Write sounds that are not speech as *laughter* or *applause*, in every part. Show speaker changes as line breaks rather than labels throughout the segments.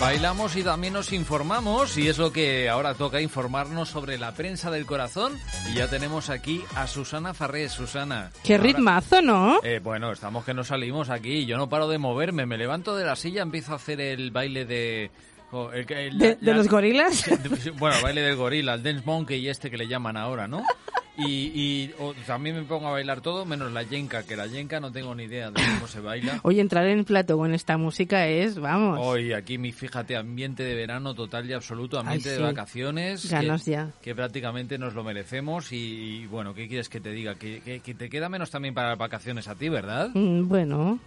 Bailamos y también nos informamos y es lo que ahora toca informarnos sobre la prensa del corazón y ya tenemos aquí a Susana Farrés. Susana.
Qué
ahora-
ritmazo, ¿no?
Eh, bueno, estamos que no salimos aquí. Yo no paro de moverme. Me levanto de la silla, empiezo a hacer el baile de... jo, el- el-
De, de
la-
los gorilas. *laughs*
*laughs* de- pues, Bueno, el baile del gorila, el dance monkey este que le llaman ahora, ¿no? Y, y, o, también me pongo a bailar todo, menos la yenka, que la yenka no tengo ni idea de cómo se baila.
Oye, entrar en el plato con esta música es, vamos,
Hoy aquí, mi fíjate, ambiente de verano total y absoluto, ambiente
Ay,
de
sí.
vacaciones.
Ganas
que,
ya.
Que prácticamente nos lo merecemos y, y, bueno, ¿qué quieres que te diga? Que, que- que te queda menos también para las vacaciones a ti, ¿verdad?
Mm, bueno,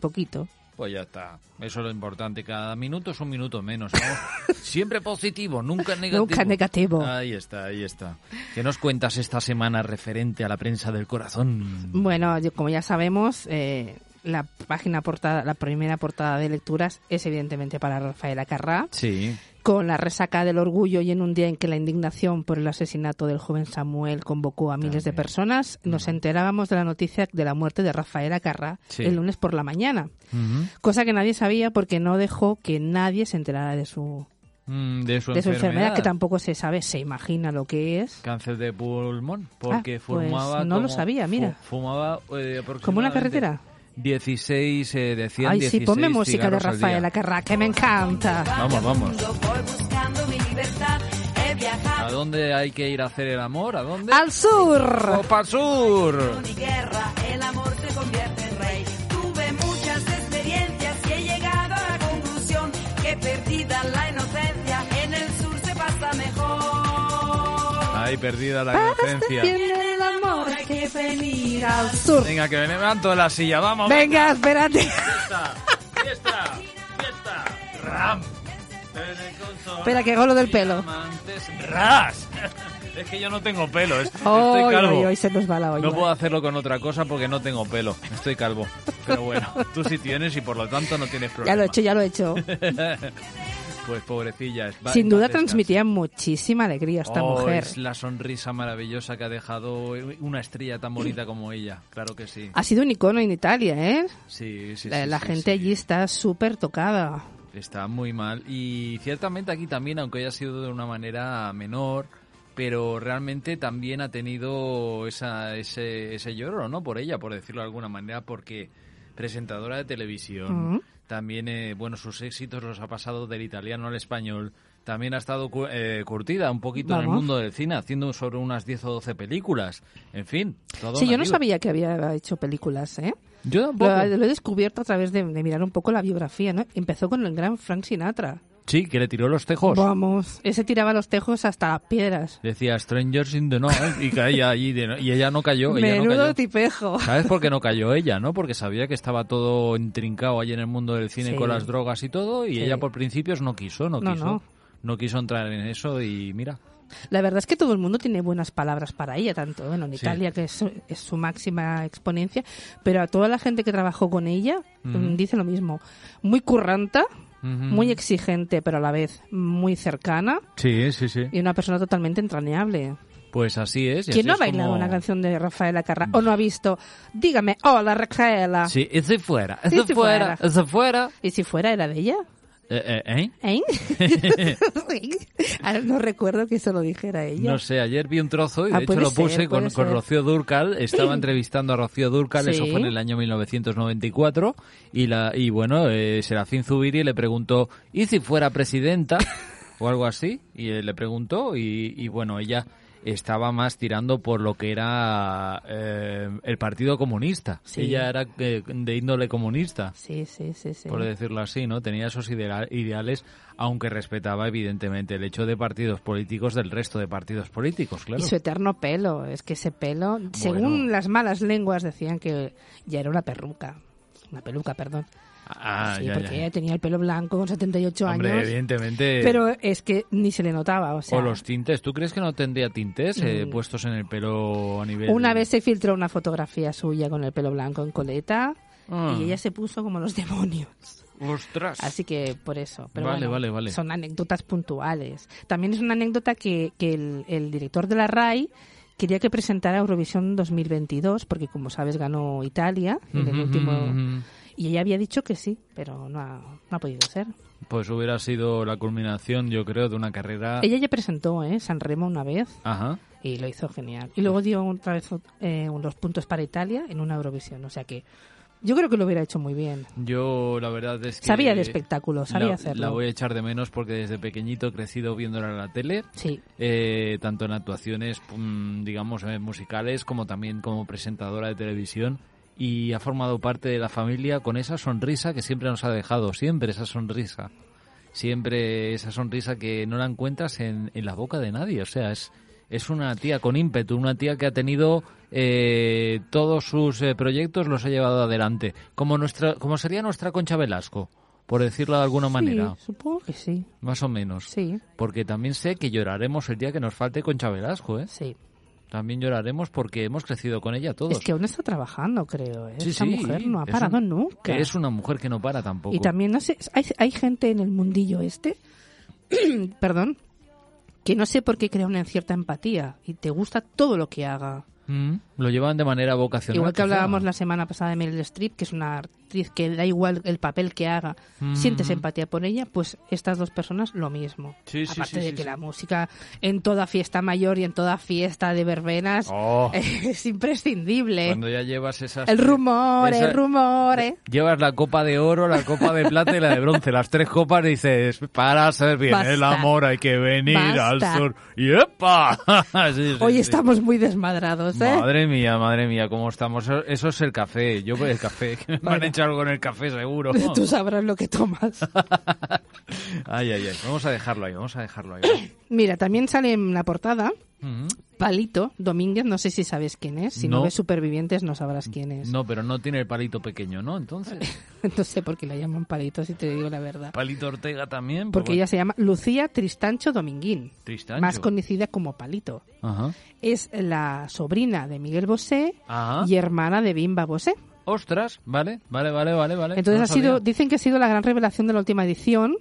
poquito.
Pues ya está. Eso es lo importante. Cada minuto es un minuto menos. ¿no?
*laughs*
Siempre positivo, nunca negativo.
Nunca negativo.
Ahí está, ahí está. ¿Qué nos cuentas esta semana referente a la prensa del corazón?
Bueno, yo- como ya sabemos, eh, la página portada, la primera portada de lecturas es evidentemente para Rafaela Carrá,
Sí.
con la resaca del orgullo y en un día en que la indignación por el asesinato del joven Samuel convocó a miles de
También.
personas, nos enterábamos de la noticia de la muerte de Rafaela Carrá
Sí.
el lunes por la mañana,
Ujú.
cosa que nadie sabía porque no dejó que nadie se enterara de su,
Mm, de su
de su
enfermedad.
enfermedad, que tampoco se sabe, se imagina lo que es.
Cáncer de pulmón, porque
Ah, pues
fumaba.
no lo
como-
sabía,
fu-
mira.
Fumaba eh,
¿Como una
aproximadamente
carretera?
16, eh, decían
Ay, sí, ponme
16
música de
cigarros al
Rafaela
día.
Carrá, que me encanta.
Vamos, vamos.
Voy buscando mi libertad, he
¿A
viajado
dónde hay que ir a hacer el amor? ¿A dónde?
¡Al sur!
¡O pa'l sur!
mi guerra, el amor se convierte en rey. Tuve muchas experiencias y he llegado a la conclusión que perdida la inocencia, en el sur se pasa mejor.
Ay, perdida la
Ah,
inocencia.
Viene el amor, hay que venir al sur.
Venga, que me levanto de la silla, vamos. *laughs*
Venga, espérate.
Fiesta, fiesta, fiesta. Ram.
Espera, que hago lo del pelo.
Diamantes, Ras. *laughs* Es que yo no tengo pelo, es-
Hoy,
estoy calvo.
hoy, hoy se nos va la olla.
No puedo hacerlo con otra cosa porque no tengo pelo. Estoy calvo. Pero
*laughs*
bueno, tú sí tienes y por lo tanto no tienes problema.
ya lo he hecho, ya lo he
*laughs*
hecho.
Pues pobrecilla. es- va-
Sin
va a
duda
descansar.
transmitía muchísima alegría esta
Oh,
mujer.
Es la sonrisa maravillosa que ha dejado una estrella tan bonita como ella. Claro que sí.
Ha sido un icono en Italia, ¿eh?
Sí, sí,
Ah, La,
sí,
la
sí,
gente
sí.
allí está súper tocada.
Está muy mal. Y ciertamente aquí también, aunque haya sido de una manera menor, pero realmente también ha tenido esa, ese, ese lloro, ¿no? Por ella, por decirlo de alguna manera, porque presentadora de televisión.
Ujú.
También, eh, bueno, sus éxitos los ha pasado del italiano al español. También ha estado cu- eh, curtida un poquito en el
Vamos.
mundo del cine, haciendo sobre unas 10 o 12 películas. En fin, todo
Sí,
una
yo no
diva.
sabía que había hecho películas, ¿eh?
Yo
Lo,
tampoco.
lo he descubierto a través de, de mirar un poco la biografía, ¿no? Empezó con el gran Frank Sinatra.
Sí, que le tiró los tejos.
Vamos. Ese tiraba los tejos hasta las piedras.
Decía Strangers in the Night y caía allí de no- y ella no cayó. Ella no
Menudo
cayó.
tipejo.
¿Sabes por qué no cayó ella, no? Porque sabía que estaba todo intrincado ahí en el mundo del cine
Sí.
con las drogas y todo y
Sí.
ella por principios no quiso, no
No,
quiso.
no.
No quiso entrar en eso y mira.
La verdad es que todo el mundo tiene buenas palabras para ella, tanto bueno, en
Sí.
Italia, que es su, es su máxima exponencia, pero a toda la gente que trabajó con ella
Ujú.
mm, dice lo mismo. Muy curranta,
Ujú.
muy exigente, pero a la vez muy cercana
Sí, sí, sí.
y una persona totalmente entrañable.
Pues así es. y así
¿Quién no ha
es
bailado
como-
una canción de Rafaela Carrà o no ha visto? Dígame, hola Rafaela.
Sí, y si fuera, y
Y
si
si
fuera,
fuera.
y si fuera.
¿Y si fuera era de ella?
Eh, eh, ¿eh?
¿Eh?
*laughs*
Sí. Ahora no recuerdo que eso lo dijera ella.
No sé, ayer vi un trozo y de
Ah,
hecho
puede
lo
ser,
puse con,
puede
con
ser.
Rocío Durcal.
*laughs*
Estaba entrevistando a Rocío Durcal, eso
Sí.
fue en el año 1994. Y, la, y bueno, eh, Serafín Zubiri le preguntó, ¿y si fuera
*laughs*
presidenta? o algo así. Y eh, le preguntó y, y bueno, ella estaba más tirando por lo que era eh, el Partido Comunista.
Sí.
Ella era eh, de índole comunista
Sí, sí, sí, sí.
por decirlo así, ¿no? Tenía esos idea- ideales, aunque respetaba evidentemente el hecho de partidos políticos del resto de partidos políticos, claro.
Y su eterno pelo, es que ese pelo, según las malas lenguas decían que ya era una perruca, una peluca, perdón.
Ah,
sí,
ya,
porque
ya.
ella tenía el pelo blanco con 78
Hombre,
años,
evidentemente.
pero es que ni se le notaba, o sea,
o los tintes, ¿tú crees que no tendría tintes eh,
Mm.
puestos en el pelo a nivel?
una vez se filtró una fotografía suya con el pelo blanco en coleta
Ah.
y ella se puso como los demonios.
Ostras.
Así que por eso. Pero
Vale,
bueno,
vale, vale.
Son anécdotas puntuales. También es una anécdota que, que el, el director de la RAI quería que presentara Eurovisión 2022, porque como sabes ganó Italia en el
Ujú,
último.
ujú, ujú.
Y ella había dicho que sí, pero no ha, no ha podido ser.
Pues hubiera sido la culminación, yo creo, de una carrera.
Ella ya presentó ¿eh? San Remo una vez
Ajá.
y lo hizo genial. Y luego dio otra vez eh, unos puntos para Italia en una Eurovisión. O sea que yo creo que lo hubiera hecho muy bien.
Yo, la verdad es que.
Sabía de espectáculo,
Eh,
sabía
la,
hacerlo.
La voy a echar de menos porque desde pequeñito he crecido viéndola en la tele.
Sí,
eh, tanto en actuaciones, mm, digamos, eh, musicales, como también como presentadora de televisión. Y ha formado parte de la familia con esa sonrisa que siempre nos ha dejado, siempre esa sonrisa. Siempre esa sonrisa que no la encuentras en, en la boca de nadie. O sea, es, es una tía con ímpetu, una tía que ha tenido eh, todos sus eh, proyectos, los ha llevado adelante. Como, nuestra, como sería nuestra Concha Velasco, por decirlo de alguna manera,
Sí, supongo que sí.
más o menos.
Sí,
Porque también sé que lloraremos el día que nos falte Concha Velasco, ¿eh?
sí.
También lloraremos porque hemos crecido con ella todos.
Es que aún está trabajando, creo. ¿eh?
Sí,
Esa
sí,
mujer no ha
es
parado
un-
nunca.
Es una mujer que no para tampoco.
Y también, no sé, hay, hay gente en el mundillo este, *clears throat* perdón, que no sé por qué crea una cierta empatía y te gusta todo lo que haga.
Mm, Lo llevan de manera vocacional.
Igual
quizá.
que hablábamos la semana pasada de Meryl Streep, que es una actriz que da igual el papel que haga,
Mm.
sientes empatía por ella, pues estas dos personas lo mismo.
Sí, sí,
Aparte
sí,
de
sí,
que
sí.
la música en toda fiesta mayor y en toda fiesta de verbenas
Oh,
*laughs* es imprescindible.
cuando ya llevas esas...
Eh, El rumor,
esa-
el rumor. eh.
Llevas la copa de oro, la copa de plata y la de bronce. Las tres copas y dices, para ser bien el
Basta.
amor hay que venir
Basta.
al sur. ¡Y epa! *laughs* Sí, sí,
Hoy
sí.
estamos muy desmadrados, ¿eh?
Madre mía, madre mía, cómo estamos. Eso- Eso es el café. Yo por el café. que Me han hecho algo en el café,
*laughs*
seguro.
*laughs* Tú sabrás lo que tomas.
*laughs* Ay, ay, ay. Vamos a dejarlo ahí, vamos a dejarlo ahí.
Mira, también sale en la portada
Ujú.
Palito Domínguez, no sé si sabes quién es. Si no,
No.
ves Supervivientes no sabrás quién *laughs* es. No.
No, pero no tiene el palito pequeño, ¿no?
*laughs*
Entonces,
sé por qué la llaman Palito, si te digo la verdad.
palito Ortega también. pues pero
Porque ella se llama Lucía Tristancho Dominguín,
bueno, Tristancho.
más conocida como Palito.
Ajá.
Es la sobrina de Miguel Bosé
Ajá.
y hermana de Bimba Bosé.
Ostras, vale, vale, vale, vale, vale.
Entonces
No
ha sido,
sabía.
dicen que ha sido la gran revelación de la última edición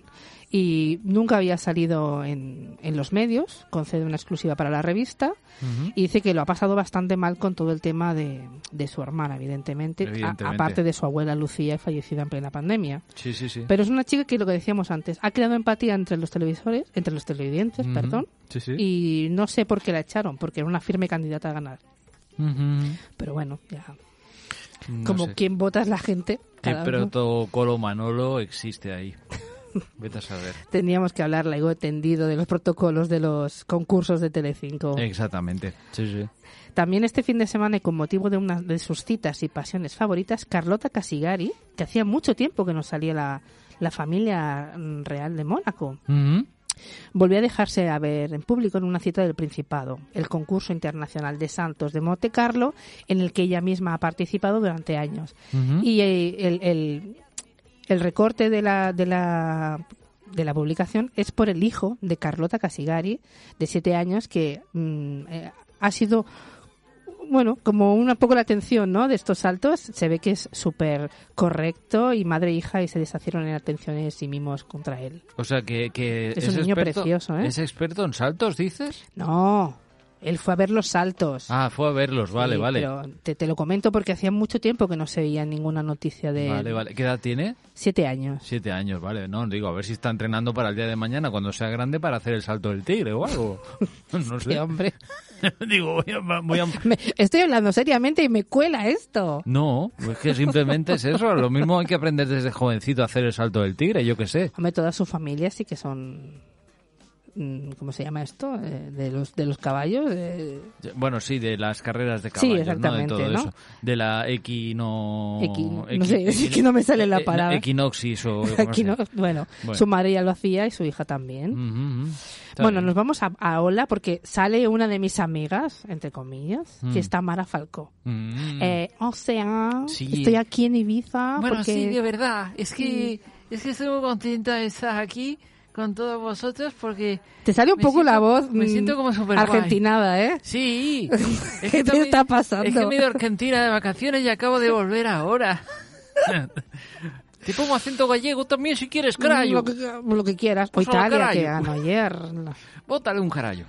y nunca había salido en, en los medios, concede una exclusiva para la revista
Ujú.
y dice que lo ha pasado bastante mal con todo el tema de, de su hermana, evidentemente, a-
Evidentemente.
aparte de su abuela Lucía, fallecida en plena pandemia.
Sí, sí, sí.
Pero es una chica que lo que decíamos antes, ha creado empatía entre los televisores, entre los televidentes,
Ujú.
perdón,
Sí, sí.
y no sé por qué la echaron, porque era una firme candidata a ganar.
Ujú.
Pero bueno, ya,
No
como
sé.
quien vota es la gente.
Qué
cada uno.
protocolo Manolo existe
*laughs*
ahí. Vete a saber.
Tendríamos que hablar luego tendido de los protocolos de los concursos de Telecinco.
Exactamente. Sí, sí.
También este fin de semana, y con motivo de una de sus citas y pasiones favoritas, Carlota Casigari, que hacía mucho tiempo que no salía la, la familia mm, real de Mónaco,
Ujú.
volvió a dejarse a ver en público en una cita del Principado, el concurso internacional de Santos de Monte Carlo, en el que ella misma ha participado durante años.
Ujú.
Y eh, el, el- el recorte de la, de, la, de la publicación es por el hijo de Carlota Casigari, de siete años, que mm, eh, ha sido, bueno, como una poco la atención ¿no? de estos saltos. Se ve que es súper correcto y madre e hija y se deshacieron en atenciones y mimos contra él.
O sea que, que
Es un niño precioso, ¿eh?
¿Es experto en saltos, dices?
No, él fue a ver los saltos.
Ah, fue a verlos, vale,
Sí,
vale.
pero te, te lo comento porque hacía mucho tiempo que no se veía ninguna noticia de él.
Vale, vale. ¿Qué edad tiene?
siete años.
Siete años, vale. No, digo, a ver si está entrenando para el día de mañana, cuando sea grande, para hacer el salto del tigre o algo. *laughs* No
Qué
sé.
hombre.
*laughs* digo, voy a... voy a-
Me- estoy hablando seriamente y me cuela esto.
No, es que simplemente es eso. Lo mismo hay que aprender desde jovencito a hacer el salto del tigre, yo qué sé.
Hombre, toda su familia sí que son. mm, ¿Cómo se llama esto? Eh, de, los, de los caballos. eh,
Bueno, sí, de las carreras de
Sí,
caballos,
exactamente,
¿no? De todo
¿no?
eso. De la equino...
Equino- no
equi-
sé, *laughs* es que no me sale la
eh,
palabra.
Equinoxis
*laughs*
o... no
aquí
sé.
no- bueno,
Bueno.
su madre ya lo hacía y su hija también.
Ujú,
Mm,
ujú. Está
Bueno,
bien.
nos vamos a, a Ola porque sale una de mis amigas, entre comillas,
Mm.
que es Tamara Falcó.
Mm.
Eh, o sea,
Sí.
estoy aquí en Ibiza
Bueno,
porque...
sí, de verdad. Es que, es que estoy muy contenta de estar
Mm.
aquí con todos vosotros porque...
Te sale un
Me
poco la
siento-
voz
me
mm,
siento como superguay.
argentinada, ¿eh?
*laughs* Sí.
¿Qué te
también-
está pasando?
Es que me he ido a Argentina de vacaciones y acabo de
*laughs*
volver ahora. Te pongo acento gallego también si quieres, carayo.
Lo que, lo que quieras. O
Pues solo
Italia,
carayo.
que ganó ayer.
Bótale un carayo.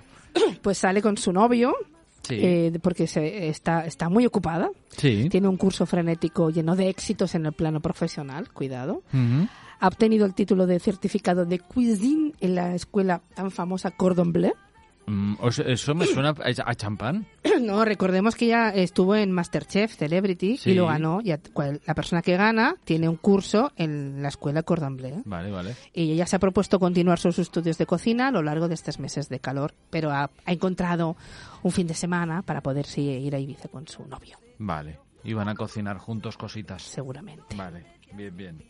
Pues sale con su novio,
Sí,
eh, porque se, está, está muy ocupada.
sí.
Tiene un curso frenético lleno de éxitos en el plano profesional, cuidado.
Ujú.
Ha obtenido el título de certificado de cuisine en la escuela tan famosa Cordon Bleu. *clears throat*
Mm, os- eso me suena a a champán.
No, recordemos que ella estuvo en Masterchef Celebrity
Sí.
y lo ganó. Y a- cual- la persona que gana tiene un curso en la escuela Cordon Bleu.
Vale, vale.
Y ella se ha propuesto continuar sus estudios de cocina a lo largo de estos meses de calor, pero ha, ha encontrado un fin de semana para poderse ir a Ibiza con su novio,
Vale. Y van a cocinar juntos cositas.
seguramente.
Vale. Bien, bien.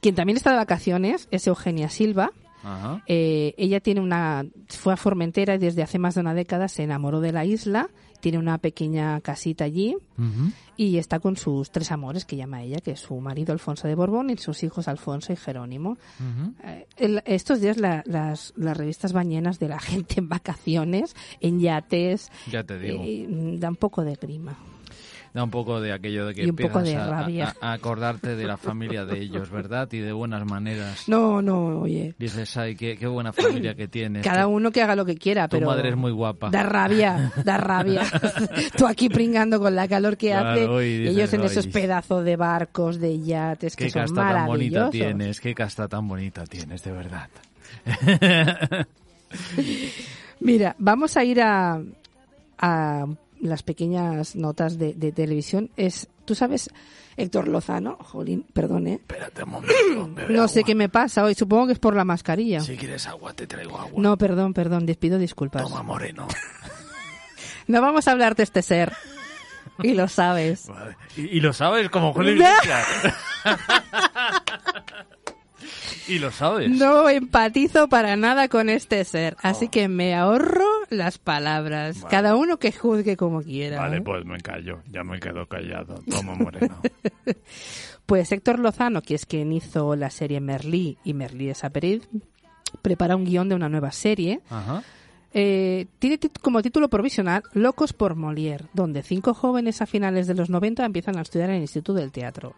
Quien también está de vacaciones es Eugenia Silva.
Ajá.
Eh, ella tiene una fue a Formentera y desde hace más de una década se enamoró de la isla. Tiene una pequeña casita allí
Ujú.
y está con sus tres amores que llama ella, que es su marido Alfonso de Borbón y sus hijos Alfonso y Jerónimo.
Ujú.
Eh, el- estos días la- las, las revistas van llenas de la *laughs* gente en vacaciones, en yates,
Ya te digo.
eh, mm, da un poco de grima.
Da un poco de aquello de que
Y un poco
empiezas
de
a- a-
rabia.
a acordarte de la familia de ellos, ¿verdad? Y de buenas maneras.
No, no, oye.
Dices, ay, qué, qué buena familia que tienes.
Cada
Tu-
uno que haga lo que quiera,
Tu
pero...
madre es muy guapa.
Da rabia, da
*laughs*
rabia. Tú aquí pringando con la calor que
Claro,
hace.
y
Y
dices,
ellos en esos
"Ay".
pedazos de barcos, de yates, que
Qué
son
casta tan bonita
maravillosos.
tienes, qué casta tan bonita tienes, de verdad.
Mira, vamos a ir a, a las pequeñas notas de, de televisión. Es, Tú sabes, Héctor Lozano, jolín, perdón, ¿eh?
Espérate un momento. bebe
No sé
agua.
qué me pasa hoy, supongo que es por la mascarilla.
Si quieres agua, te traigo agua.
No, perdón, perdón, despido disculpas.
Toma, moreno.
No vamos a hablar de
*laughs*
este ser. Y lo sabes.
Vale. Y, y lo sabes como Julio
No.
Iglesias. *laughs* y lo *laughs* sabes.
No empatizo para nada con este ser, así que me ahorro las palabras.
Oh. Vale.
Cada uno que juzgue como quiera.
Vale,
¿eh?
pues me callo. Ya me quedo callado. Toma, moreno.
Pues Héctor Lozano, que es quien hizo la serie Merlí y Merlí es Aperiz, prepara un guión de una nueva serie.
Ajá.
Eh, tiene tit- como título provisional Locos por Molière, donde cinco jóvenes a finales de los 90 empiezan a estudiar en el Instituto del Teatro.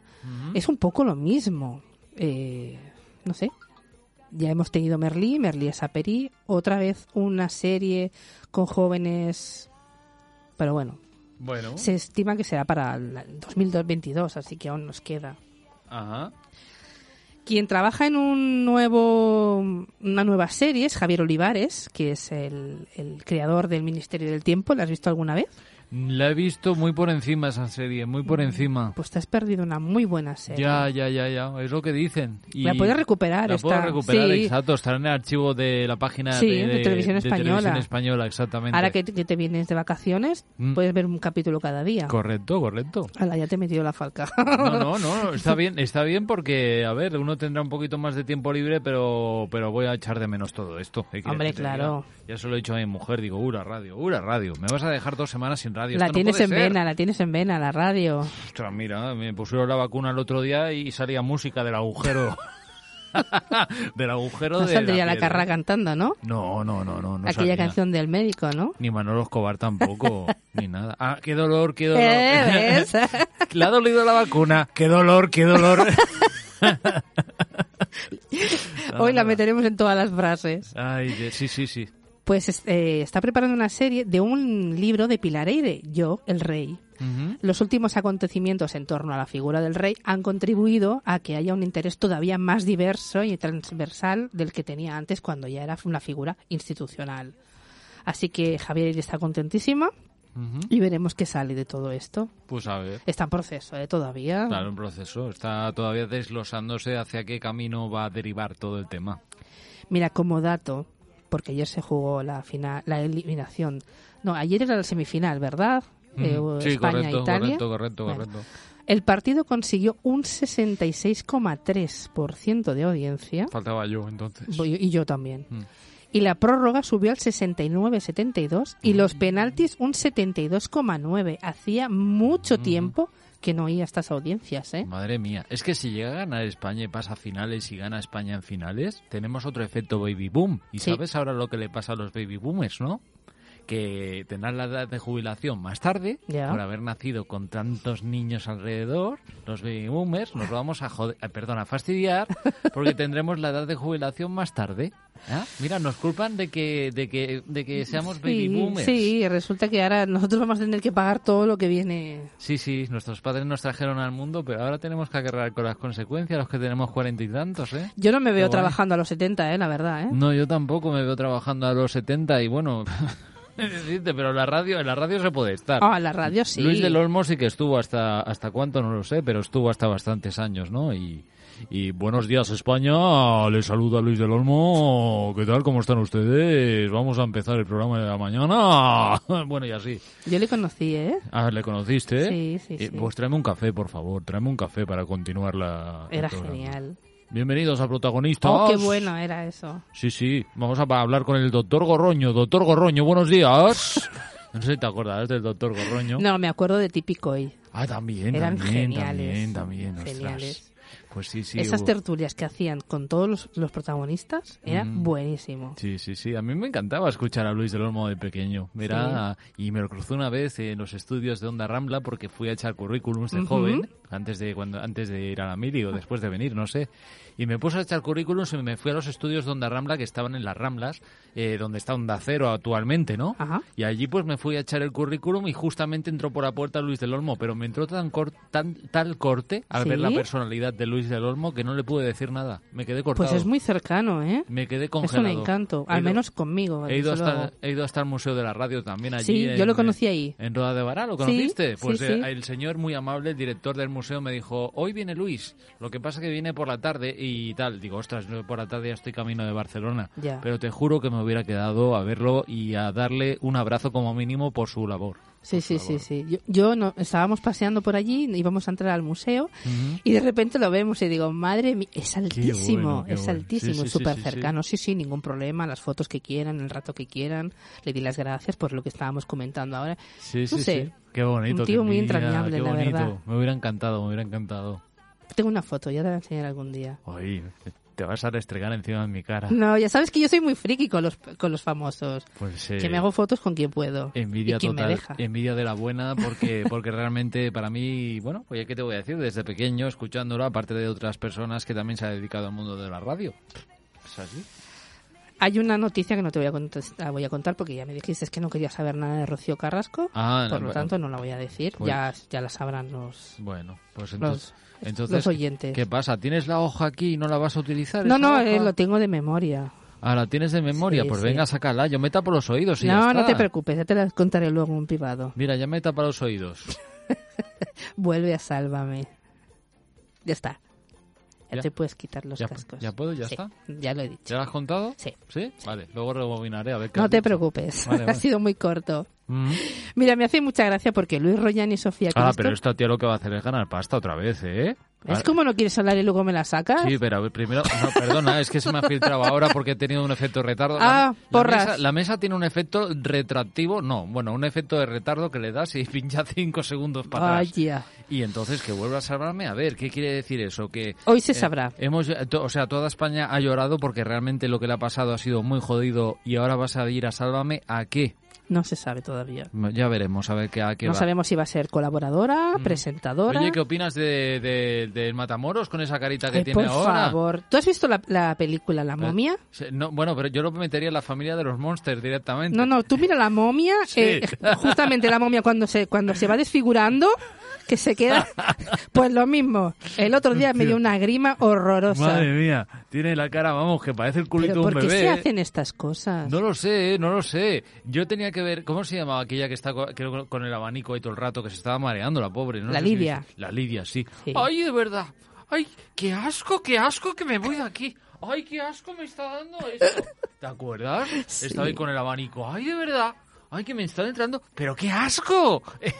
Es un poco lo mismo. Eh, no sé. Ya hemos tenido Merlí, Merlí es Aperi, otra vez una serie con jóvenes. Pero bueno,
Bueno.
se estima que será para el 2022, así que aún nos queda.
Ajá.
Quien trabaja en un nuevo, una nueva serie es Javier Olivares, que es el, el creador del Ministerio del Tiempo. ¿La has visto alguna vez?
La he visto muy por encima esa serie, muy por encima.
Pues te has perdido una muy buena serie.
Ya, ya, ya, ya. Es lo que dicen. Y
La puedes recuperar,
La
está-
puedo recuperar,
sí.
exacto. Estará en el archivo de la página
Sí,
de,
de Televisión
de
Española.
Televisión Española, exactamente.
Ahora que, que te vienes de vacaciones,
Mm.
puedes ver un capítulo cada día.
Correcto, correcto.
Ala, ya te he metido la falca.
*laughs* No, no, no, está bien, está bien porque, a ver, uno tendrá un poquito más de tiempo libre, pero, pero voy a echar de menos todo esto. ¿Qué quieres
Hombre,
que te
claro.
diga? Ya se lo he dicho a mi mujer, digo, ura radio, ura radio, me vas a dejar dos semanas sin radio. esto
la
no
tienes
puede
en
ser".
vena, la tienes en vena, la radio.
Ostras, mira, me pusieron la vacuna el otro día y salía música del
*laughs*
agujero. del agujero
No
de
saldría la,
piedra.
carra cantando, ¿no?
No, no, no, no. no
Aquella
salía.
canción del médico, ¿no?
Ni Manolo Escobar
*laughs*
tampoco, ni nada. Ah, qué dolor, qué dolor.
Eh, ¿ves?
*laughs* Le ha dolido la vacuna. Qué dolor, qué dolor. *laughs*
Hoy la meteremos en todas las frases.
Ay, de- sí, sí, sí.
Pues es- eh, está preparando una serie de un libro de Pilar Eire, Yo, el Rey.
Ujú.
Los últimos acontecimientos en torno a la figura del rey han contribuido a que haya un interés todavía más diverso y transversal del que tenía antes cuando ya era una figura institucional. Así que Javier está contentísima
Ujú.
y veremos qué sale de todo esto.
Pues a ver.
Está en proceso ¿eh? todavía.
Claro, un proceso. Está todavía desglosándose hacia qué camino va a derivar todo el tema.
Mira, como dato, porque ayer se jugó la final, la eliminación. No, ayer era la semifinal, ¿verdad? Eh,
Ujú. sí,
España,
correcto,
Italia.
correcto, correcto,
Bueno.
correcto.
El partido consiguió un 66,3% de audiencia.
Faltaba yo entonces.
Voy- Y yo también.
Mm.
Y la prórroga subió al 69-72 y
Mm.
los penaltis un 72,9. Hacía mucho
Mm.
tiempo que no oía estas audiencias, ¿eh?
Madre mía, es que si llega a ganar España y pasa a finales y gana España en finales, tenemos otro efecto baby boom. Y
Sí.
sabes ahora lo que le pasa a los baby boomers, ¿no? que tendrán la edad de jubilación más tarde
Ya.
por haber nacido con tantos niños alrededor, los baby boomers, nos vamos a jode- eh, perdón, a
*laughs*
fastidiar porque tendremos la edad de jubilación más tarde. ¿Ah? Mira, nos culpan de que de que de que seamos baby
Sí,
boomers.
sí, resulta que ahora nosotros vamos a tener que pagar todo lo que viene.
Sí, sí, nuestros padres nos trajeron al mundo, pero ahora tenemos que agarrar con las consecuencias los que tenemos cuarenta y tantos, ¿eh? Mm.
Yo no me veo
Qué guay.
trabajando a los 70, eh, la verdad, ¿eh?
No, yo tampoco me veo trabajando a los 70 y bueno, *laughs* decirte, pero la radio, en la radio se puede estar.
Ah, la radio sí.
Luis del Olmo sí que estuvo hasta hasta cuánto no lo sé, pero estuvo hasta bastantes años, ¿no? Y, y buenos días España, le saluda Luis del Olmo. ¿Qué tal? ¿Cómo están ustedes? Vamos a empezar el programa de la mañana. *laughs* Bueno, y así.
Yo le conocí, ¿eh?
Ah, ¿le conociste?
Sí, sí,
Eh,
sí.
Pues tráeme un café, por favor. Tráeme un café para continuar Ah, la... el
Era
programa.
genial.
Bienvenidos a protagonistas.
Oh, qué bueno era eso.
Sí, sí, vamos a pa- hablar con el doctor Gorroño. Doctor Gorroño, buenos
*laughs*
días. No sé si te acordarás del doctor Gorroño.
No, me acuerdo de típico hoy.
Ah, también,
Eran
también,
geniales,
también, también, ostras.
geniales.
Pues sí, sí.
Esas
hubo-
tertulias que hacían con todos los, los protagonistas era
Mm.
buenísimo.
Sí, sí, sí. A mí me encantaba escuchar a Luis del Olmo de pequeño. Mira, y me lo crucé una vez en los estudios de Onda Rambla porque fui a echar currículums de
Ujú.
joven, antes de cuando antes de ir a la mili o después de venir, no sé. Y me puse a echar currículums y me fui a los estudios de Onda Rambla que estaban en las Ramblas, eh, donde está Onda Cero actualmente, ¿no?
Ajá.
Y allí pues me fui a echar el currículum y justamente entró por la puerta Luis del Olmo, pero me entró tan, cor- tan tal corte al ver
¿Sí?
la personalidad de Luis del Olmo que no le pude decir nada. Me quedé cortado.
Pues es muy cercano, ¿eh?
Me quedé
Es un
congelado.
encanto,
He
al
ido-
menos conmigo.
He ido,
desde
hasta,
luego.
he ido hasta el Museo de la Radio también allí.
Sí, yo
en-
lo conocí ahí.
En Roda de Bará, ¿lo
Sí,
conociste?
sí,
pues eh,
sí.
el señor muy amable, el director del museo, me dijo, hoy viene Luis, lo que pasa que viene por la tarde y tal. Digo, ostras, no, por la tarde ya estoy camino de Barcelona.
Ya.
Pero te juro que me hubiera quedado a verlo y a darle un abrazo como mínimo por su labor.
Sí, sí, sí, sí. Yo, yo no, estábamos paseando por allí, íbamos a entrar al museo y de repente lo vemos y digo, madre mía, es altísimo,
bueno, qué
es
bueno.
altísimo,
Sí, sí, sí,
súper
sí, sí.
cercano. Sí, sí, ningún problema, las fotos que quieran, el rato que quieran. Le di las gracias por lo que estábamos comentando ahora.
Sí,
No
sí,
sé.
sí. Qué bonito.
Un tío
qué
muy
envidia,
entrañable,
qué
la
bonito.
verdad.
Me hubiera encantado, me hubiera encantado.
Tengo una foto, ya te la enseñaré algún día.
Oye, te vas a restregar encima de mi
*laughs*
cara.
No, ya sabes que yo soy muy friki con los, con los famosos.
Pues, eh,
Que me hago fotos con quien puedo.
Envidia
y quien
total,
me deja.
envidia de la buena, porque porque realmente para mí, bueno, oye, ¿qué te voy a decir? Desde pequeño, escuchándolo, aparte de otras personas que también se han dedicado al mundo de la radio. Es así.
Hay una noticia que no te voy a, contestar, voy a contar porque ya me dijiste que no quería saber nada de Rocío Carrasco.
Ah,
por
no,
lo tanto, no la voy a decir.
Pues-
ya, ya la sabrán los.
Bueno, pues entonces,
Los-
entonces,
los oyentes.
¿qué pasa? ¿Tienes la hoja aquí y no la vas a utilizar?
No,
esa
no,
hoja?
eh, lo tengo de memoria.
Ah, la tienes de memoria,
Sí,
pues
sí.
venga, sácala, yo me tapo los oídos y ya
no,
está.
no te preocupes, ya te la contaré luego en privado.
Mira, ya me tapa los
*laughs*
oídos.
Vuelve a sálvame. Ya está. Ya,
Ya.
te puedes quitar los
Ya-
cascos.
ya puedo, ya
Sí,
está.
Ya lo he dicho.
¿Ya lo has contado?
Sí.
Vale, luego rebobinaré a ver qué
No
has
te
dicho.
preocupes,
Vale,
*laughs* ha
vale.
sido muy corto.
Mm.
Mira, me hace mucha gracia porque Luis Royan y Sofía
Ah,
Cristo-
pero esta tía lo que va a hacer es ganar pasta otra vez, ¿eh?
¿Es
Ah,
como no quieres hablar y luego me la sacas?
Sí, pero a ver, primero, no, perdona, es que se me ha filtrado ahora porque he tenido un efecto retardo.
Ah, porras.
Mesa, la mesa tiene un efecto retractivo, no, bueno, un efecto de retardo que le das y *laughs* pincha cinco segundos para atrás.
Vaya.
Y entonces que vuelva a salvarme, a ver, ¿qué quiere decir eso? Que
Hoy se
eh,
sabrá.
hemos, to- o sea, toda España ha llorado porque realmente lo que le ha pasado ha sido muy jodido y ahora vas a ir a sálvame a qué?
No se sabe todavía.
Ya veremos, a ver qué a qué
No
va. Mm.
sabemos si va a ser colaboradora, presentadora.
Oye, ¿qué opinas de, de- del Matamoros con esa carita que
Ay,
tiene
Eh, por
ahora? Eh,
favor. ¿Tú has visto la, la película La Momia?
Se- No, bueno, pero yo lo metería en la familia de los monsters directamente.
No, no, tú mira la momia,
*laughs* Sí.
eh, justamente la momia cuando se, cuando se va desfigurando, que
*laughs*
se queda, pues lo mismo. El otro día me dio una grima horrorosa.
Madre mía, tiene la cara, vamos, que parece el culito
Pero
de un
¿por qué
bebé.
se
¿eh?
hacen estas cosas?
No lo sé, eh, no lo sé. Yo tenía que ver, ¿cómo se llamaba aquella que está co- creo que con el abanico ahí todo el rato, que se estaba mareando la pobre? No
La
sé si
Lidia.
viste. la Lidia, sí.
Sí.
Ay, de verdad. Ay, qué asco, qué asco que me voy de aquí. Ay, qué asco me está dando
*laughs*
esto. ¿Te acuerdas? Estaba ahí con el abanico. Ay, de verdad. Ay, que me están entrando. Pero qué asco. *laughs*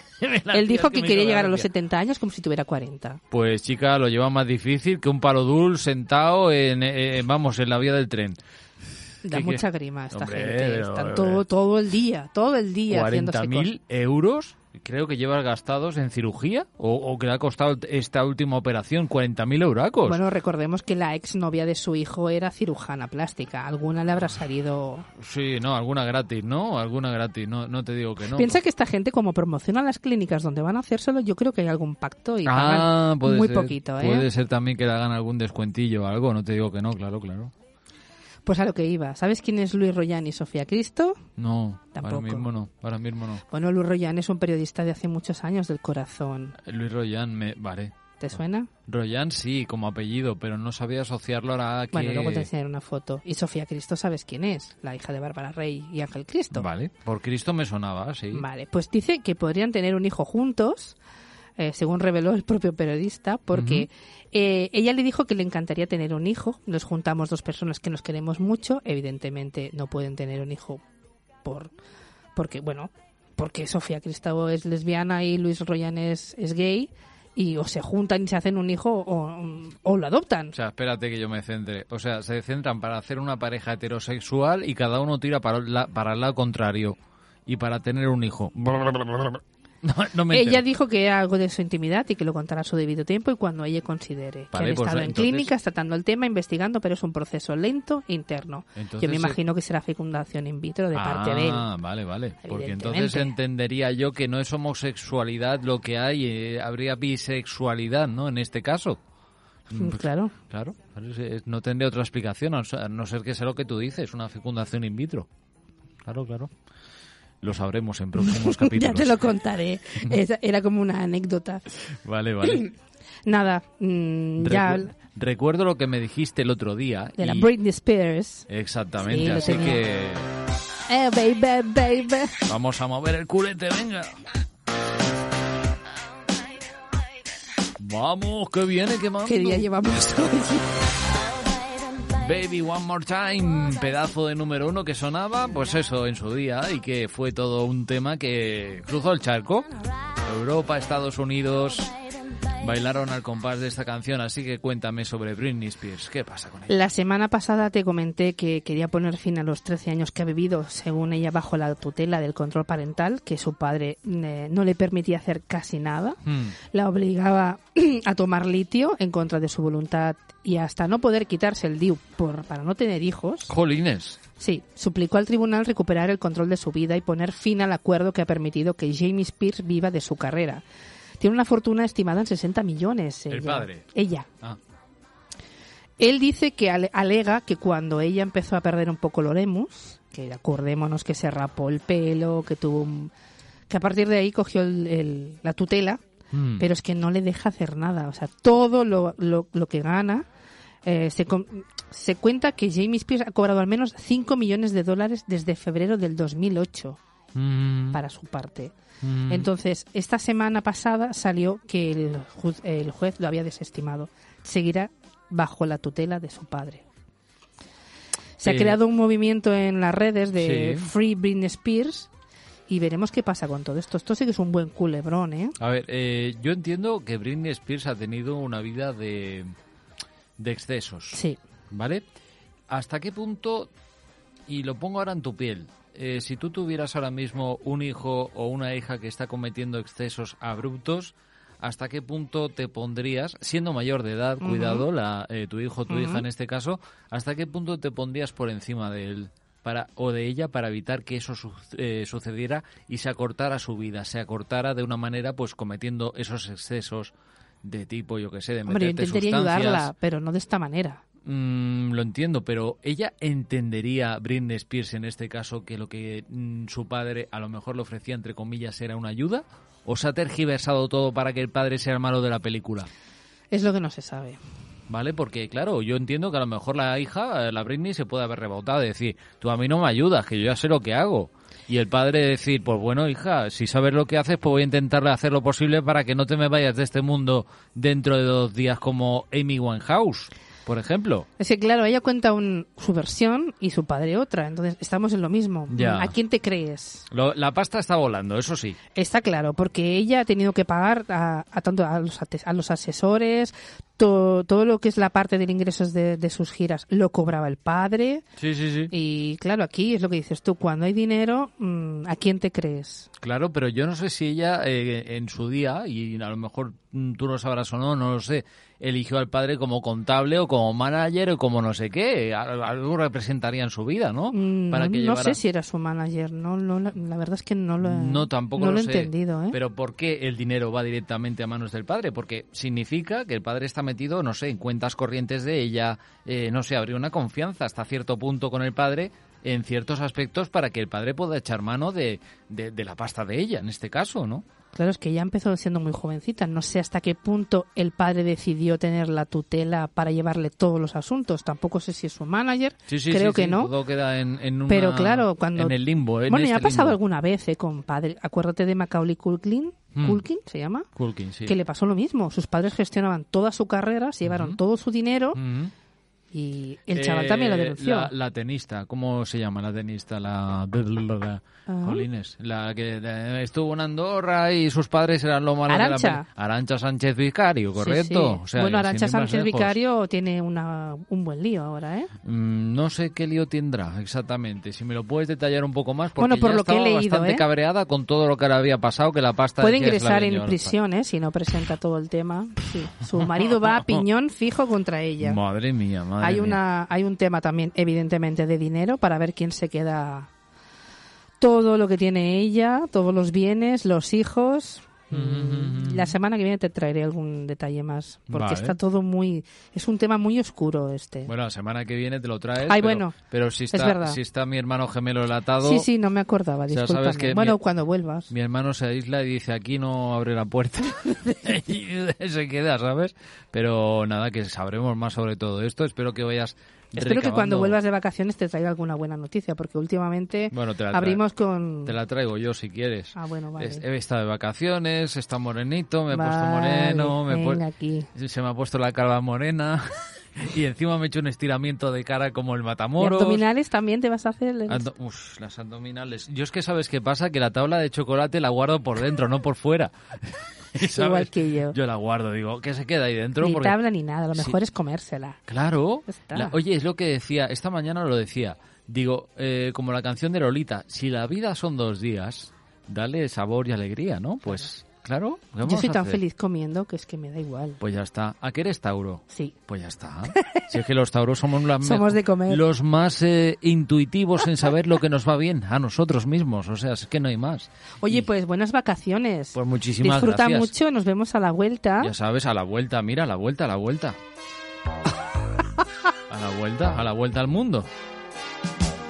La
Él
tía
dijo
es
que
me
quería
hizo
llegar a los
gracia.
70 años como si tuviera 40.
Pues chica, lo lleva más difícil que un palo dulce sentado en, eh, vamos, en la vía del tren.
Da
¿Qué- qué?
mucha grima a esta
Hombre,
gente.
pero- eh.
Están todo, todo el día, todo el día haciéndose cosas.
40.000 euros creo que lleva gastados en cirugía o, o que le ha costado esta última operación 40.000 euracos.
Bueno, recordemos que la exnovia de su hijo era cirujana plástica. Alguna le habrá salido.
Sí, no, alguna gratis, ¿no? Alguna gratis, no, no te digo que no. pues
Piensa que esta gente, como promociona las clínicas donde van a hacérselo, yo creo que hay algún pacto y
Ah,
pagan
puede
muy
ser,
poquito, ¿eh?
Puede ser también que le hagan algún descuentillo o algo, no te digo que no, claro, claro.
Pues a lo que iba. ¿Sabes quién es Luis Royan y Sofía Cristo?
No,
Tampoco.
ahora mismo no, ahora mismo no.
Bueno, Luis Royan es un periodista de hace muchos años del corazón.
Luis Royan, me, vale.
¿Te suena?
Royan sí, como apellido, pero no sabía asociarlo ahora que...
Bueno, luego te enseñaré una foto. Y Sofía Cristo, ¿sabes quién es? La hija de Bárbara Rey y Ángel Cristo.
Vale, por Cristo me sonaba, sí.
Vale, pues dice que podrían tener un hijo juntos, eh, según reveló el propio periodista, porque eh, ella le dijo que le encantaría tener un hijo. Nos juntamos dos personas que nos queremos mucho. Evidentemente no pueden tener un hijo por porque, bueno, porque Sofía Cristavo es lesbiana y Luis Royan es, es gay. Y o se juntan y se hacen un hijo o, o lo adoptan.
O sea, espérate que yo me centre. O sea, se centran para hacer una pareja heterosexual y cada uno tira para, la- para el lado contrario. Y para tener un *laughs* hijo. No, no me
Ella
entero.
dijo que era algo de su intimidad y que lo contará a su debido tiempo y cuando ella considere. que
Vale,
han
pues,
estado en
entonces-
clínicas tratando el tema, investigando, pero es un proceso lento e interno.
Entonces,
Yo me
eh,
imagino que será fecundación in vitro de parte
ah,
de él.
vale, vale. Porque entonces
Evidentemente.
entendería yo que no es homosexualidad lo que hay, eh, habría bisexualidad, ¿no? En este caso.
Mm,
pues,
Claro.
Claro, claro, sí, es- no tendría otra explicación, o sea, a no ser que sea lo que tú dices, una fecundación in vitro. Claro, claro. Lo sabremos en próximos
*laughs* Ya
capítulos.
te
*laughs*
lo contaré. Esa era como una anécdota.
Vale, vale.
Nada, mm, *clears throat* ya
Recu- Recuerdo lo que me dijiste el otro día.
de la
y-
Britney Spears.
Exactamente,
Sí, lo
así
tenía.
que
Eh, baby, baby.
vamos a mover el culete, venga. Vamos, que viene, que mando.
¿Qué día llevamos hoy?
Baby One More Time, pedazo de número uno que sonaba, pues eso, en su día, y que fue todo un tema que cruzó el charco. Europa, Estados Unidos, bailaron al compás de esta canción, así que cuéntame sobre Britney Spears, ¿qué pasa con ella?
La semana pasada te comenté que quería poner fin a los 13 años que ha vivido, según ella, bajo la tutela del control parental, que su padre eh, no le permitía hacer casi nada.
Hmm.
La obligaba *clears throat* a tomar litio en contra de su voluntad y hasta no poder quitarse el DIU por, para no tener hijos.
Jolines,
Sí, suplicó al tribunal recuperar el control de su vida y poner fin al acuerdo que ha permitido que Jamie Spears viva de su carrera. Tiene una fortuna estimada en 60 millones.
El
ella.
padre.
Ella.
Ah.
Él dice que ale- alega que cuando ella empezó a perder un poco Loremus, que acordémonos que se rapó el pelo, que tuvo un- que a partir de ahí cogió el- el- la tutela,
Hmm.
pero es que no le deja hacer nada. O sea, todo lo, lo- lo que gana. eh, se, com- se cuenta que Jamie Spears ha cobrado al menos 5 millones de dólares desde febrero del 2008
Hmm.
para su parte.
Hmm.
Entonces, esta semana pasada salió que el, ju- el juez lo había desestimado. Seguirá bajo la tutela de su padre. Se
Eh,
ha creado un movimiento en las redes de
sí.
Free Britney Spears y veremos qué pasa con todo esto. Esto sí que es un buen culebrón, ¿eh?
A ver, eh, yo entiendo que Britney Spears ha tenido una vida de, de excesos.
Sí.
¿Vale? ¿Hasta qué punto, y lo pongo ahora en tu piel, eh, si tú tuvieras ahora mismo un hijo o una hija que está cometiendo excesos abruptos, ¿hasta qué punto te pondrías, siendo mayor de edad, cuidado, la, eh, tu hijo o tu hija en este caso, ¿hasta qué punto te pondrías por encima de él? Para, o de ella para evitar que eso su- eh, sucediera y se acortara su vida, se acortara de una manera pues cometiendo esos excesos de tipo, yo que sé, de
Hombre, yo
meterte
intentaría
sustancias.
ayudarla, pero no de esta manera.
Mm, lo entiendo, pero ella entendería Britney Spears en este caso que lo que mm, su padre a lo mejor le ofrecía entre comillas era una ayuda. ¿O se ha tergiversado todo para que el padre sea el malo de la película?
Es lo que no se sabe.
¿Vale? Porque, claro, yo entiendo que a lo mejor la hija, eh, la Britney, se puede haber rebotado y decir, tú a mí no me ayudas, que yo ya sé lo que hago. Y el padre decir, pues bueno, hija, si sabes lo que haces, pues voy a intentar hacer lo posible para que no te me vayas de este mundo dentro de dos días como Amy Winehouse. por ejemplo.
Es que, claro, ella cuenta un- su versión y su padre otra, entonces estamos en lo mismo.
Ya.
¿A quién te crees?
Lo- la pasta está volando, eso sí.
Está claro, porque ella ha tenido que pagar a, a tanto a los, ates- a los asesores, to- todo lo que es la parte de ingresos de, de sus giras lo cobraba el padre.
Sí, sí, sí.
Y claro, aquí es lo que dices tú, cuando hay dinero, mm, ¿a quién te crees?
Claro, pero yo no sé si ella eh, en su día, y a lo mejor mm, tú lo sabrás o no, no lo sé, eligió al padre como contable o como manager o como no sé qué. Al- Algo representaría en su vida, ¿no?
Mm,
Para
no,
que
no
llevara-
sé si era su manager, no, no, la, la verdad es que no lo he,
No, tampoco
no
lo,
lo he
sé.
entendido. ¿eh?
Pero ¿por qué el dinero va directamente a manos del padre? Porque significa que el padre está metido, no sé, en cuentas corrientes de ella, eh, no sé, habría una confianza hasta cierto punto con el padre en ciertos aspectos para que el padre pueda echar mano de, de- de la pasta de ella, en este caso, ¿no?
Claro, es que ya empezó siendo muy jovencita. No sé hasta qué punto el padre decidió tener la tutela para llevarle todos los asuntos. Tampoco sé si es su manager. Creo que no.
Todo queda en, en
Pero
una-
claro, cuando.
en el limbo. en
bueno,
este
ya ha pasado
limbo.
alguna vez eh, con padre. Acuérdate de Macaulay Culkin,
Hmm.
Culkin se llama,
Culkin, sí.
que le pasó lo mismo. Sus padres gestionaban toda su carrera, se
Hmm.
llevaron todo su dinero
Ujú.
y el chaval
Eh,
también la denunció.
La, la tenista, ¿cómo se llama la tenista? La.
Ah.
Jolines, la que eh, estuvo en Andorra y sus padres eran lo malo
Arancha.
de la peli. Arancha Sánchez Vicario,
Sí,
correcto.
sí.
O sea,
bueno,
sin
Arancha
ir más
Sánchez
lejos.
Vicario tiene una, un buen lío ahora, ¿eh?
Mm, No sé qué lío tendrá exactamente. Si me lo puedes detallar un poco más, porque
Bueno, por
ya
lo que he
estaba
leído,
bastante
¿eh?
cabreada con todo lo que le había pasado, que la pasta
Puede
decía que se la
ingresar
habían
en
llevado los padres.
prisión, ¿eh? Si no presenta todo el tema. Sí. Su
*laughs*
marido va a piñón fijo contra ella.
Madre mía, madre
Hay,
mía.
una, hay un tema también, evidentemente, de dinero para ver quién se queda todo lo que tiene ella, todos los bienes, los hijos. Mm, La semana que viene te traeré algún detalle más, porque
Vale.
está todo muy... Es un tema muy oscuro este.
Bueno, la semana que viene te lo traes. pero,
Ay, bueno,
Pero si
es
está,
verdad.
si está mi hermano gemelo enlatado,
sí, sí, no me acordaba,
sea, sabes
discúlpame.
que
bueno,
mi-
cuando vuelvas.
mi hermano se aísla y dice aquí no abre la puerta. *laughs* y se queda, ¿sabes? Pero nada, que sabremos más sobre todo esto. Espero que vayas.
Espero que cuando
recabando-
vuelvas de vacaciones te traiga alguna buena noticia, porque últimamente
Bueno, te la, tra-
abrimos con...
te la traigo yo si quieres.
Ah, bueno, vale.
Es- He estado de vacaciones, está morenito, me he puesto
Vale,
moreno, me he
venga
puesto.
aquí.
Se me ha puesto la calva morena *laughs* y encima me he hecho un estiramiento de cara como el
Y
matamoros.
abdominales también te vas a hacer... el-
Abdo- Uf, las abdominales. Yo es que sabes qué pasa, que la tabla de chocolate la guardo por dentro, no por fuera. *laughs* ¿Sabes?
Igual que yo.
Yo la guardo, digo, ¿qué se queda ahí dentro?
Ni
Porque-
tabla ni nada, lo
Sí.
mejor es comérsela.
Claro.
Ya está.
La- Oye, es lo que decía, esta mañana lo decía. Digo, eh, como la canción de Lolita, si la vida son dos días, dale sabor y alegría, ¿no? Pues, claro. ¿qué vamos
Yo soy
a
tan
hacer?
feliz comiendo que es que me da igual.
Pues ya está. ¿A qué eres Tauro?
Sí.
Pues ya está. Si es que los tauros somos, las
Somos
mejo-
de comer.
los más eh, intuitivos en saber lo que nos va bien a nosotros mismos. O sea, es que no hay más. Y,
Oye, pues buenas vacaciones.
pues muchísimas
Disfruta
gracias.
mucho, nos vemos a la vuelta.
Ya sabes, a la vuelta, mira, a la vuelta, a la vuelta. A la vuelta, a la vuelta al mundo.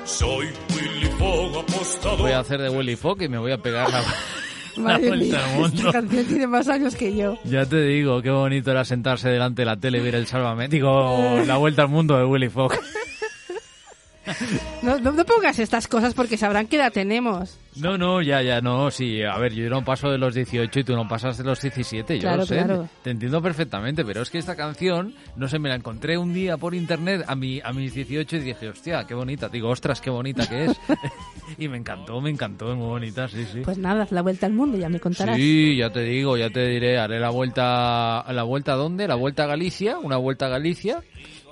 Soy Willy Fogg apostador.
Voy a hacer de Willy Fogg y me voy a pegar la, la
Madre
vuelta
mía,
al mundo.
esta canción tiene más años que yo.
Ya te digo, qué bonito era sentarse delante de la tele y ver el Sálvame. Digo, la vuelta al mundo de Willy Fogg.
No, no, no pongas estas cosas porque sabrán que la tenemos.
No, no, ya, ya, no, sí, a ver, yo no paso de los 18 y tú no pasas de los 17, yo
Claro,
lo sé,
claro.
te entiendo perfectamente, pero es que esta canción, no sé, me la encontré un día por internet a, mi, a mis 18 y dije, hostia, qué bonita, digo, ostras, qué bonita que es, *laughs* y me encantó, me encantó, es muy bonita, sí, sí.
Pues nada, haz la vuelta al mundo, ya me contarás.
Sí, ya te digo, ya te diré, haré la vuelta, ¿la vuelta a dónde? La vuelta a Galicia, una vuelta a Galicia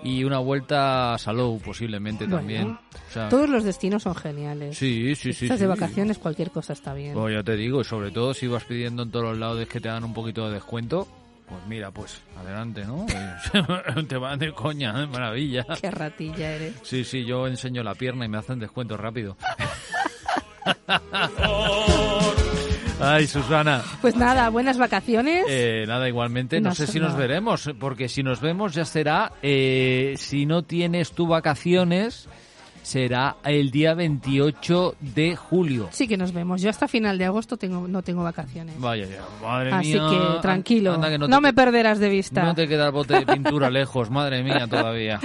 y una vuelta a Salou posiblemente
Bueno,
también. O sea,
Todos los destinos son geniales.
sí, sí, sí.
Estás
sí.
de vacaciones, cualquier cosa está bien.
Pues ya te digo, y sobre todo si vas pidiendo en todos los lados que te dan un poquito de descuento, pues mira, pues adelante, ¿no? Eh, *laughs* te van de coña, ¿eh? maravilla.
Qué ratilla eres.
Sí, sí, yo enseño la pierna y me hacen descuento rápido. *laughs* Ay, Susana.
Pues nada, buenas vacaciones.
Eh, nada, igualmente, no
No
sé
sé,
si nos
no.
veremos, porque si nos vemos ya será, eh, si no tienes tu vacaciones, será el día 28 de julio.
Sí que nos vemos. Yo hasta final de agosto tengo, no tengo vacaciones.
Vaya, ya, madre
Así
mía.
que tranquilo,
Anda que
no,
no, te-
me perderás de vista.
No te queda el bote de
*laughs*
pintura lejos, madre mía, todavía.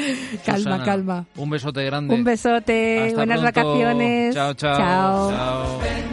Calma, calma.
Un besote grande.
Un besote,
Hasta
buenas
pronto.
vacaciones.
Chao, chao.
Chao.
chao.